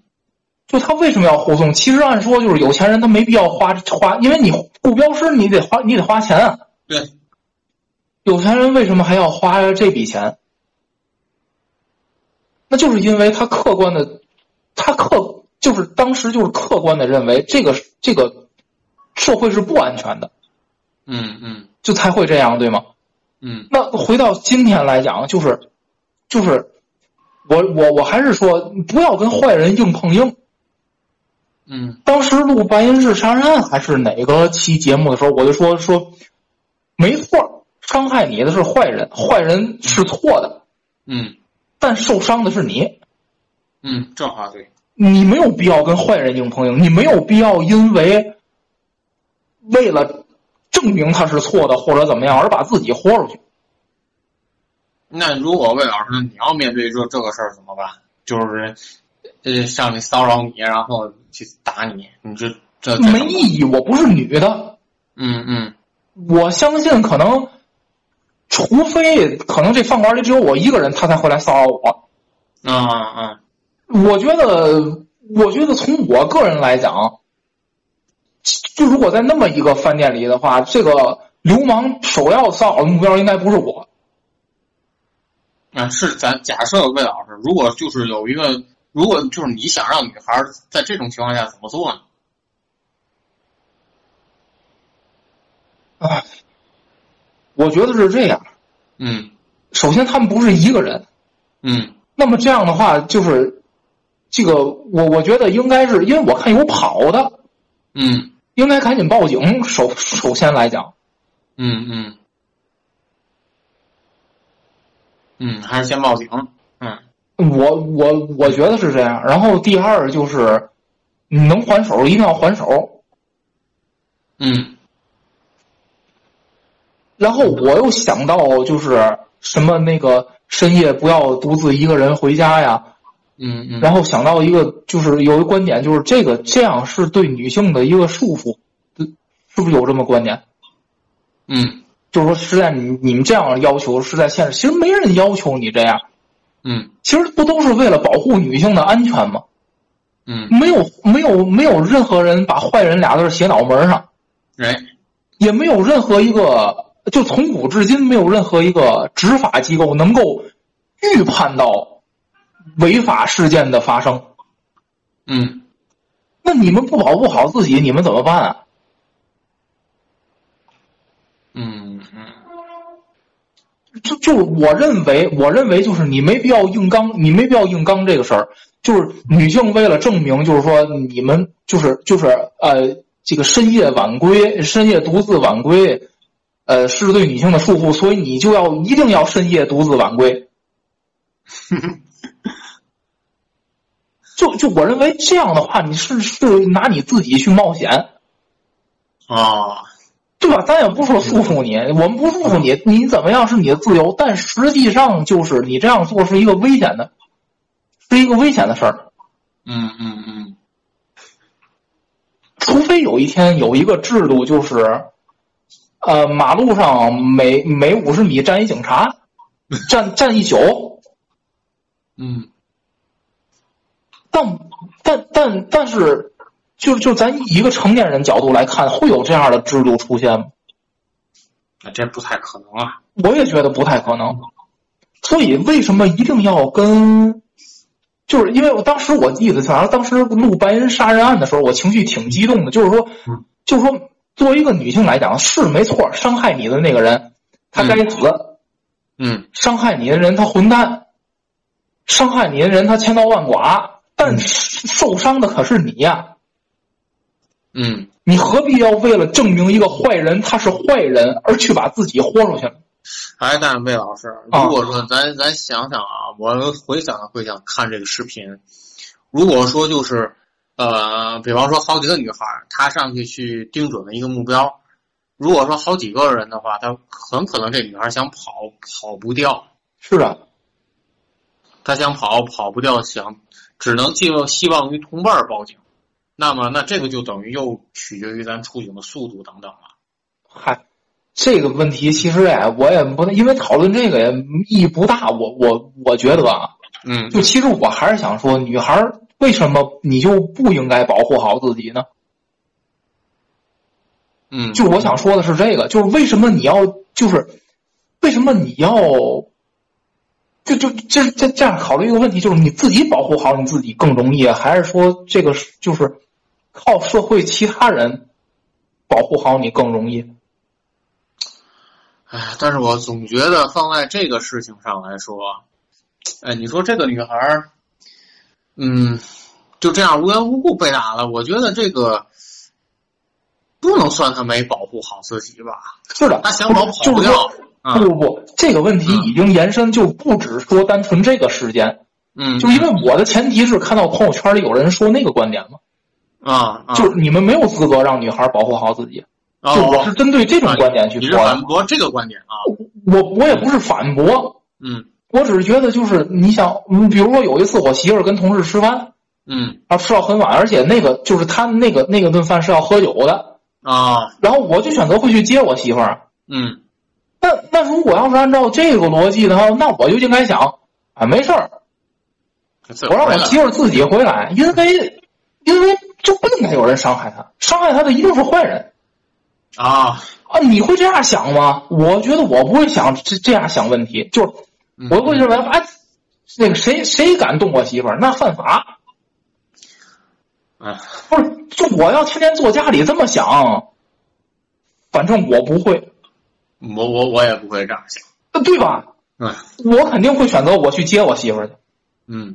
[SPEAKER 4] 就他为什么要护送？其实按说就是有钱人他没必要花花，因为你雇镖师你得花你得花钱啊。
[SPEAKER 3] 对，
[SPEAKER 4] 有钱人为什么还要花这笔钱？那就是因为他客观的，他客就是当时就是客观的认为这个这个社会是不安全的，
[SPEAKER 3] 嗯嗯
[SPEAKER 4] 就才会这样，对吗？
[SPEAKER 3] 嗯
[SPEAKER 4] 那回到今天来讲，就是就是我我我还是说不要跟坏人硬碰硬。
[SPEAKER 3] 嗯
[SPEAKER 4] 当时录《白银市杀人案》还是哪个期节目的时候，我就说说，没错，伤害你的是坏人，坏人是错的，
[SPEAKER 3] 嗯
[SPEAKER 4] 但受伤的是你，
[SPEAKER 3] 嗯，这话对。
[SPEAKER 4] 你没有必要跟坏人硬碰硬，你没有必要因为为了证明他是错的或者怎么样而把自己豁出去。
[SPEAKER 3] 那如果魏老师，你要面对这这个事儿怎么办？就是，呃，上面骚扰你，然后去打你，你这这这
[SPEAKER 4] 没意义，我不是女的，
[SPEAKER 3] 嗯嗯
[SPEAKER 4] 我相信可能，除非可能这饭馆里只有我一个人，他才会来骚扰我。
[SPEAKER 3] 啊啊
[SPEAKER 4] 我觉得，我觉得从我个人来讲，就如果在那么一个饭店里的话，这个流氓首要骚扰的目标应该不是我。
[SPEAKER 3] 啊！是咱假设魏老师，如果就是有一个，如果就是你想让女孩在这种情况下怎么做呢？
[SPEAKER 4] 我觉得是这样。
[SPEAKER 3] 嗯
[SPEAKER 4] 首先，他们不是一个人。
[SPEAKER 3] 嗯
[SPEAKER 4] 那么这样的话，就是这个我我觉得应该是因为我看有跑的，
[SPEAKER 3] 嗯
[SPEAKER 4] 应该赶紧报警。首首先来讲，
[SPEAKER 3] 嗯嗯嗯，还是先报警。嗯
[SPEAKER 4] 我我我觉得是这样。然后第二就是，你能还手一定要还手，
[SPEAKER 3] 嗯
[SPEAKER 4] 然后我又想到就是什么那个深夜不要独自一个人回家呀，
[SPEAKER 3] 嗯嗯
[SPEAKER 4] 然后想到一个就是有一个观点就是这个这样是对女性的一个束缚，是不是有这么观点？
[SPEAKER 3] 嗯
[SPEAKER 4] 就是说是在你你们这样要求是在现实，其实没人要求你这样，
[SPEAKER 3] 嗯
[SPEAKER 4] 其实不都是为了保护女性的安全吗？
[SPEAKER 3] 嗯，
[SPEAKER 4] 没有没有没有任何人把坏人俩字儿写脑门儿上，
[SPEAKER 3] 哎
[SPEAKER 4] 也没有任何一个，就从古至今没有任何一个执法机构能够预判到违法事件的发生。
[SPEAKER 3] 嗯。
[SPEAKER 4] 那你们不保护好自己，你们怎么办啊？
[SPEAKER 3] 嗯嗯
[SPEAKER 4] 就就我认为，我认为就是你没必要硬刚，你没必要硬刚这个事儿。就是女性为了证明，就是说你们就是就是呃，这个深夜晚归、深夜独自晚归，呃，是对女性的束缚，所以你就要一定要深夜独自晚归。就就我认为这样的话，你是是拿你自己去冒险，
[SPEAKER 3] 啊，
[SPEAKER 2] 对吧？咱也不说束缚你，我们不束缚你，你怎么样是你的自由，但实际上就是你这样做是一个危险的，是一个危险的事儿。
[SPEAKER 3] 嗯嗯嗯
[SPEAKER 2] 除非有一天有一个制度，就是，呃，马路上每每五十米站一警察，站站一宿，
[SPEAKER 3] 嗯
[SPEAKER 2] 但但但但是，就就咱以一个成年人角度来看，会有这样的制度出现吗？
[SPEAKER 3] 那这不太可能啊。
[SPEAKER 2] 我也觉得不太可能。所以为什么一定要跟？就是因为我当时我记得，反正当时录白人杀人案的时候，我情绪挺激动的。就是说
[SPEAKER 3] 嗯，
[SPEAKER 2] 就是说，作为一个女性来讲，是没错，伤害你的那个人他该死，
[SPEAKER 3] 嗯
[SPEAKER 2] 伤害你的人他混蛋，伤害你的人他千刀万剐，但是受伤的可是你呀、
[SPEAKER 3] 嗯，
[SPEAKER 2] 你何必要为了证明一个坏人他是坏人而去把自己豁出去了？
[SPEAKER 3] 哎，但是魏老师，
[SPEAKER 2] 啊
[SPEAKER 3] 如果说咱咱想想啊，我回想回想看这个视频，如果说就是呃，比方说好几个女孩，她上去去盯准了一个目标，如果说好几个人的话，她很可能这女孩想跑跑不掉，
[SPEAKER 2] 是啊，
[SPEAKER 3] 她想跑跑不掉，想只能寄望希望于同伴儿报警。那么，那这个就等于又取决于咱出警的速度等等了。
[SPEAKER 2] 嗨，这个问题其实哎，我也不因为讨论这个也意义不大。我我我觉得啊，
[SPEAKER 3] 嗯
[SPEAKER 2] 就其实我还是想说，女孩儿为什么你就不应该保护好自己呢？
[SPEAKER 3] 嗯，
[SPEAKER 2] 就我想说的是这个，就是为什么你要就是为什么你要就就这这这样考虑一个问题，就是你自己保护好你自己更容易，还是说这个是就是靠社会其他人保护好你更容易？
[SPEAKER 3] 哎，但是我总觉得放在这个事情上来说，哎，你说这个女孩儿，嗯，就这样无缘无故被打了，我觉得这个不能算她没保护好自己吧？
[SPEAKER 2] 是的，
[SPEAKER 3] 她想跑跑
[SPEAKER 2] 就
[SPEAKER 3] 不
[SPEAKER 2] 是说
[SPEAKER 3] 掉，啊
[SPEAKER 2] 不，不不，这个问题已经延伸，就不只说单纯这个事件，
[SPEAKER 3] 嗯，
[SPEAKER 2] 就因为我的前提是看到朋友圈里有人说那个观点嘛，
[SPEAKER 3] 啊，啊
[SPEAKER 2] 就是你们没有资格让女孩保护好自己，就
[SPEAKER 3] 哦，
[SPEAKER 2] 我是针对这种观点去
[SPEAKER 3] 你是
[SPEAKER 2] 说
[SPEAKER 3] 反
[SPEAKER 2] 的，
[SPEAKER 3] 驳这个观点啊？
[SPEAKER 2] 我我也不是反驳，
[SPEAKER 3] 嗯
[SPEAKER 2] 我只是觉得就是你想，嗯比如说有一次我媳妇儿跟同事吃饭，
[SPEAKER 3] 嗯
[SPEAKER 2] 啊吃到很晚，而且那个就是他们那个那个顿饭是要喝酒的，
[SPEAKER 3] 啊
[SPEAKER 2] 然后我就选择会去接我媳妇儿，
[SPEAKER 3] 嗯
[SPEAKER 2] 那那如果要是按照这个逻辑的话，那我就应该想啊，没事儿，我让我媳妇儿自己回来，因为因为就不应该有人伤害她，伤害她的一定是坏人
[SPEAKER 3] 啊，
[SPEAKER 2] 啊！你会这样想吗？我觉得我不会想这这样想问题，就是
[SPEAKER 3] 嗯
[SPEAKER 2] 我会认为哎，那个谁谁敢动我媳妇儿，那犯法。
[SPEAKER 3] 哎
[SPEAKER 2] 不是，就我要天天坐家里这么想，反正我不会，
[SPEAKER 3] 我我我也不会这样想，
[SPEAKER 2] 呃对吧？
[SPEAKER 3] 嗯
[SPEAKER 2] 我肯定会选择我去接我媳妇儿去。
[SPEAKER 3] 嗯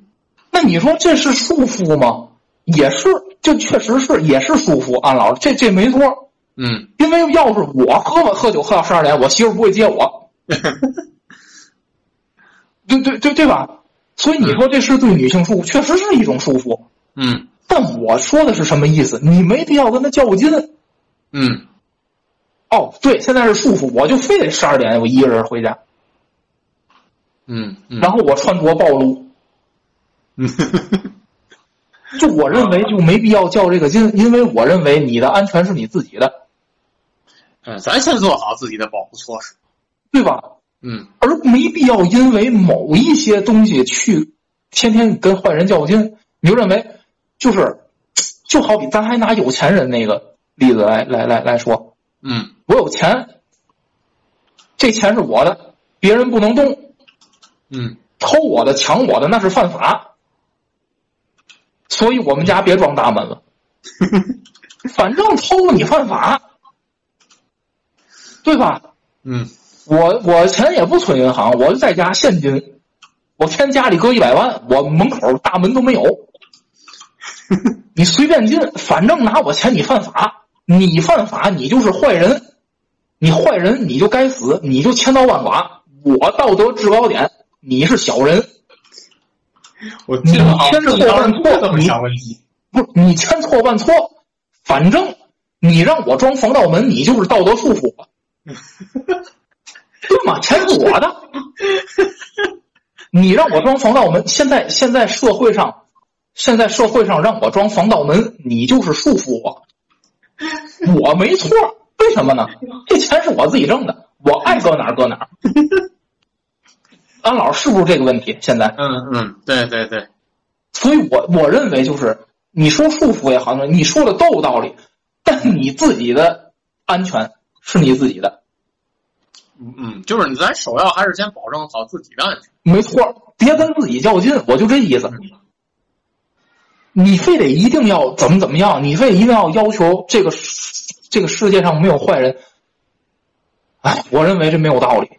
[SPEAKER 2] 那你说这是束缚吗？也是，就确实是也是束缚。按老师，这这没错，
[SPEAKER 3] 嗯
[SPEAKER 2] 因为要是我喝吧喝酒喝到十二点，我媳妇儿不会接我，对对对对吧？所以你说这是对女性束缚，确实是一种束缚。
[SPEAKER 3] 嗯
[SPEAKER 2] 但我说的是什么意思？你没必要跟他较劲。
[SPEAKER 3] 嗯
[SPEAKER 2] 哦，对，现在是束缚，我就非得十二点我一个人回家，
[SPEAKER 3] 嗯嗯，
[SPEAKER 2] 然后我穿着暴露，
[SPEAKER 3] [LAUGHS] 嗯。
[SPEAKER 2] 就我认为就没必要较这个劲，因为我认为你的安全是你自己的，
[SPEAKER 3] 嗯，咱先做好自己的保护措施。
[SPEAKER 2] 对吧？
[SPEAKER 3] 嗯
[SPEAKER 2] 而没必要因为某一些东西去天天跟坏人较劲。你就认为就是，就好比咱还拿有钱人那个例子来来来来说，
[SPEAKER 3] 嗯
[SPEAKER 2] 我有钱，这钱是我的，别人不能动，
[SPEAKER 3] 嗯
[SPEAKER 2] 偷我的、抢我的那是犯法，所以我们家别装大门了，反正偷你犯法，对吧？
[SPEAKER 3] 嗯
[SPEAKER 2] 我我钱也不存银行，我就在家现金，我天家里搁一百万，我门口大门都没有，你随便进，反正拿我钱你犯法，你犯法你就是坏人，你坏人你就该死，你就千刀万剐，我道德制高点，你是小人，
[SPEAKER 3] 我
[SPEAKER 2] 你
[SPEAKER 3] 这个好
[SPEAKER 2] 先
[SPEAKER 3] 像
[SPEAKER 2] 做
[SPEAKER 3] 正常人
[SPEAKER 2] 完
[SPEAKER 3] 不会
[SPEAKER 2] 做
[SPEAKER 3] 这么
[SPEAKER 2] 你
[SPEAKER 3] 想问题。
[SPEAKER 2] 不是你千错万错，反正你让我装防盗门，你就是道德束缚啊，对吗？钱是我的，你让我装防盗门，现在现在社会上，现在社会上让我装防盗门，你就是束缚我，我没错，为什么呢？这钱是我自己挣的，我爱搁哪儿搁哪儿。安老师是不是这个问题？现在，
[SPEAKER 3] 嗯嗯，对对对，
[SPEAKER 2] 所以我我认为就是你说束缚也好，你说的都有道理，但你自己的安全是你自己的，
[SPEAKER 3] 嗯嗯，就是咱首要还是先保证好自己的安全。
[SPEAKER 2] 没错，别跟自己较劲，我就这意思。你非得一定要怎么怎么样，你非得一定要要求这个世这个世界上没有坏人，哎，我认为这没有道理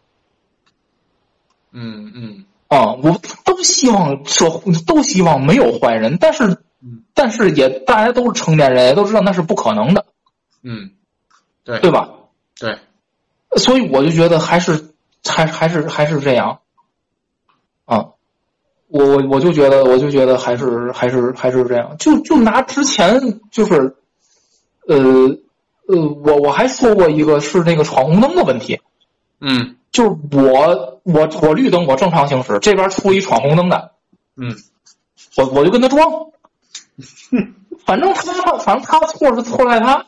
[SPEAKER 3] 嗯嗯
[SPEAKER 2] 啊、我都希望社会都希望没有坏人，但是
[SPEAKER 3] 嗯
[SPEAKER 2] 但是也大家都是成年人，也都知道那是不可能的，
[SPEAKER 3] 嗯，
[SPEAKER 2] 对吧？
[SPEAKER 3] 对，
[SPEAKER 2] 所以我就觉得还是还还是还是这样，啊，我我我就觉得我就觉得还是还是还是这样，就就拿之前就是，呃呃，我我还说过一个是那个闯红灯的问题，
[SPEAKER 3] 嗯
[SPEAKER 2] 就是我我我绿灯我正常行驶，这边出一闯红灯的，
[SPEAKER 3] 嗯
[SPEAKER 2] 我我就跟他装，反正他反正他错是错在他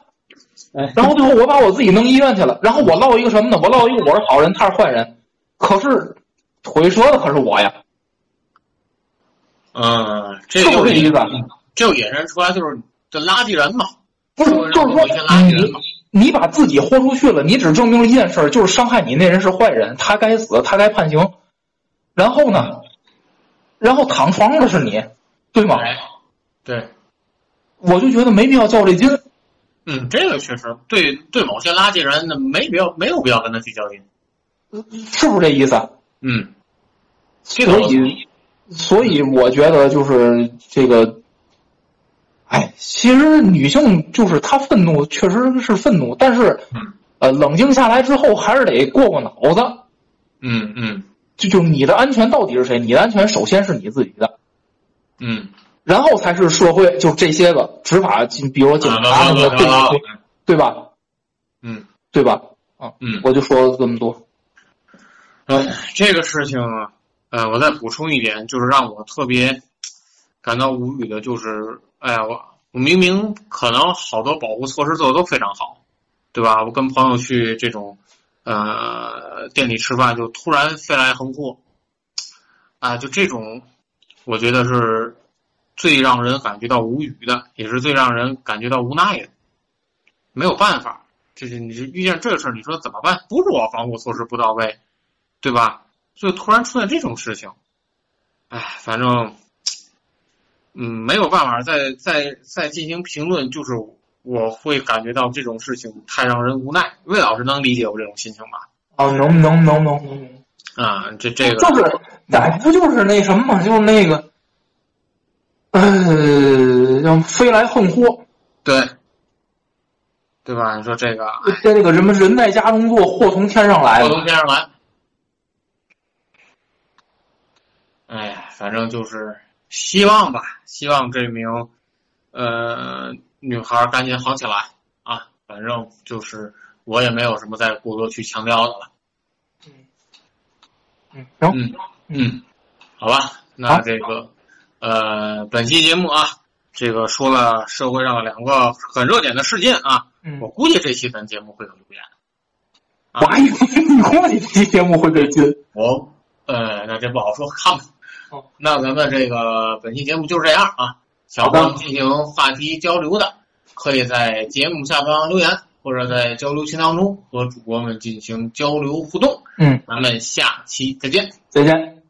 [SPEAKER 3] 哎，
[SPEAKER 2] 然后最后我把我自己弄医院去了，然后我落一个什么呢？我落一个我是好人，他是坏人，可是腿折的可是我呀，
[SPEAKER 3] 嗯，这
[SPEAKER 2] 是不
[SPEAKER 3] 就是
[SPEAKER 2] 这意思？啊
[SPEAKER 3] 这就衍生出来就是这垃圾人嘛，
[SPEAKER 2] 不是，就
[SPEAKER 3] 让
[SPEAKER 2] 是
[SPEAKER 3] 我们
[SPEAKER 2] 说
[SPEAKER 3] 一些垃圾人嘛
[SPEAKER 2] 你。你把自己豁出去了，你只证明了一件事儿，就是伤害你那人是坏人，他该死，他该判刑。然后呢，然后躺床上的是你，对吗？
[SPEAKER 3] 哎，对，
[SPEAKER 2] 我就觉得没必要较这劲。
[SPEAKER 3] 嗯，这个确实对对某些垃圾人，那没必要没有必要跟他去较劲。
[SPEAKER 2] 是不是这意思？
[SPEAKER 3] 嗯，这个
[SPEAKER 2] 所
[SPEAKER 3] 我同
[SPEAKER 2] 以，所以我觉得就是这个，哎，其实女性就是她愤怒确实是愤怒，但是
[SPEAKER 3] 嗯
[SPEAKER 2] 呃，冷静下来之后还是得过过脑子，
[SPEAKER 3] 嗯嗯
[SPEAKER 2] 就就你的安全到底是谁？你的安全首先是你自己的，
[SPEAKER 3] 嗯，
[SPEAKER 2] 然后才是社会，就是这些个执法，比如说警察什么的，
[SPEAKER 3] 啊
[SPEAKER 2] 对吧？对吧？
[SPEAKER 3] 嗯
[SPEAKER 2] 对吧？啊，
[SPEAKER 3] 嗯
[SPEAKER 2] 我就说了这么多。
[SPEAKER 3] 哎，这个事情，呃，我再补充一点，就是让我特别感到无语的，就是，哎呀，我我明明可能好多保护措施做的都非常好，对吧？我跟朋友去这种呃店里吃饭，就突然飞来横祸，啊，就这种，我觉得是最让人感觉到无语的，也是最让人感觉到无奈的，没有办法，就是你是遇见这事儿，你说怎么办？不是我防护措施不到位。对吧？就突然出现这种事情，哎，反正，嗯，没有办法再再再进行评论，就是我会感觉到这种事情太让人无奈。魏老师能理解我这种心情吧？
[SPEAKER 2] 啊，能能能能能。
[SPEAKER 3] 啊、这这个，
[SPEAKER 2] 就是，哎，不就是那什么嘛，就是那个，呃，叫飞来横祸，
[SPEAKER 3] 对，对吧？你说这个，哎
[SPEAKER 2] 在这个什么人在家中坐，祸从天上来
[SPEAKER 3] 我
[SPEAKER 2] 嘛
[SPEAKER 3] 从天上来。哎呀，反正就是希望吧，希望这名呃女孩赶紧好起来啊！反正就是我也没有什么再过多去强调的了。
[SPEAKER 2] 嗯行，
[SPEAKER 3] 嗯嗯，好吧，那
[SPEAKER 2] 好
[SPEAKER 3] 这个呃，本期节目啊，这个说了社会上的两个很热点的事件啊，
[SPEAKER 2] 嗯
[SPEAKER 3] 我估计这期咱节目会有留言。啊
[SPEAKER 2] 我还以为你估计这期节目会被禁，
[SPEAKER 3] 我呃，那这不好说，看吧
[SPEAKER 2] 哦。
[SPEAKER 3] 那咱们这个本期节目就是这样啊。想
[SPEAKER 2] 好的
[SPEAKER 3] 和我们进行话题交流的，可以在节目下方留言，或者在交流群当中和主播们进行交流互动。
[SPEAKER 2] 嗯，
[SPEAKER 3] 咱们下期再见。
[SPEAKER 2] 再见。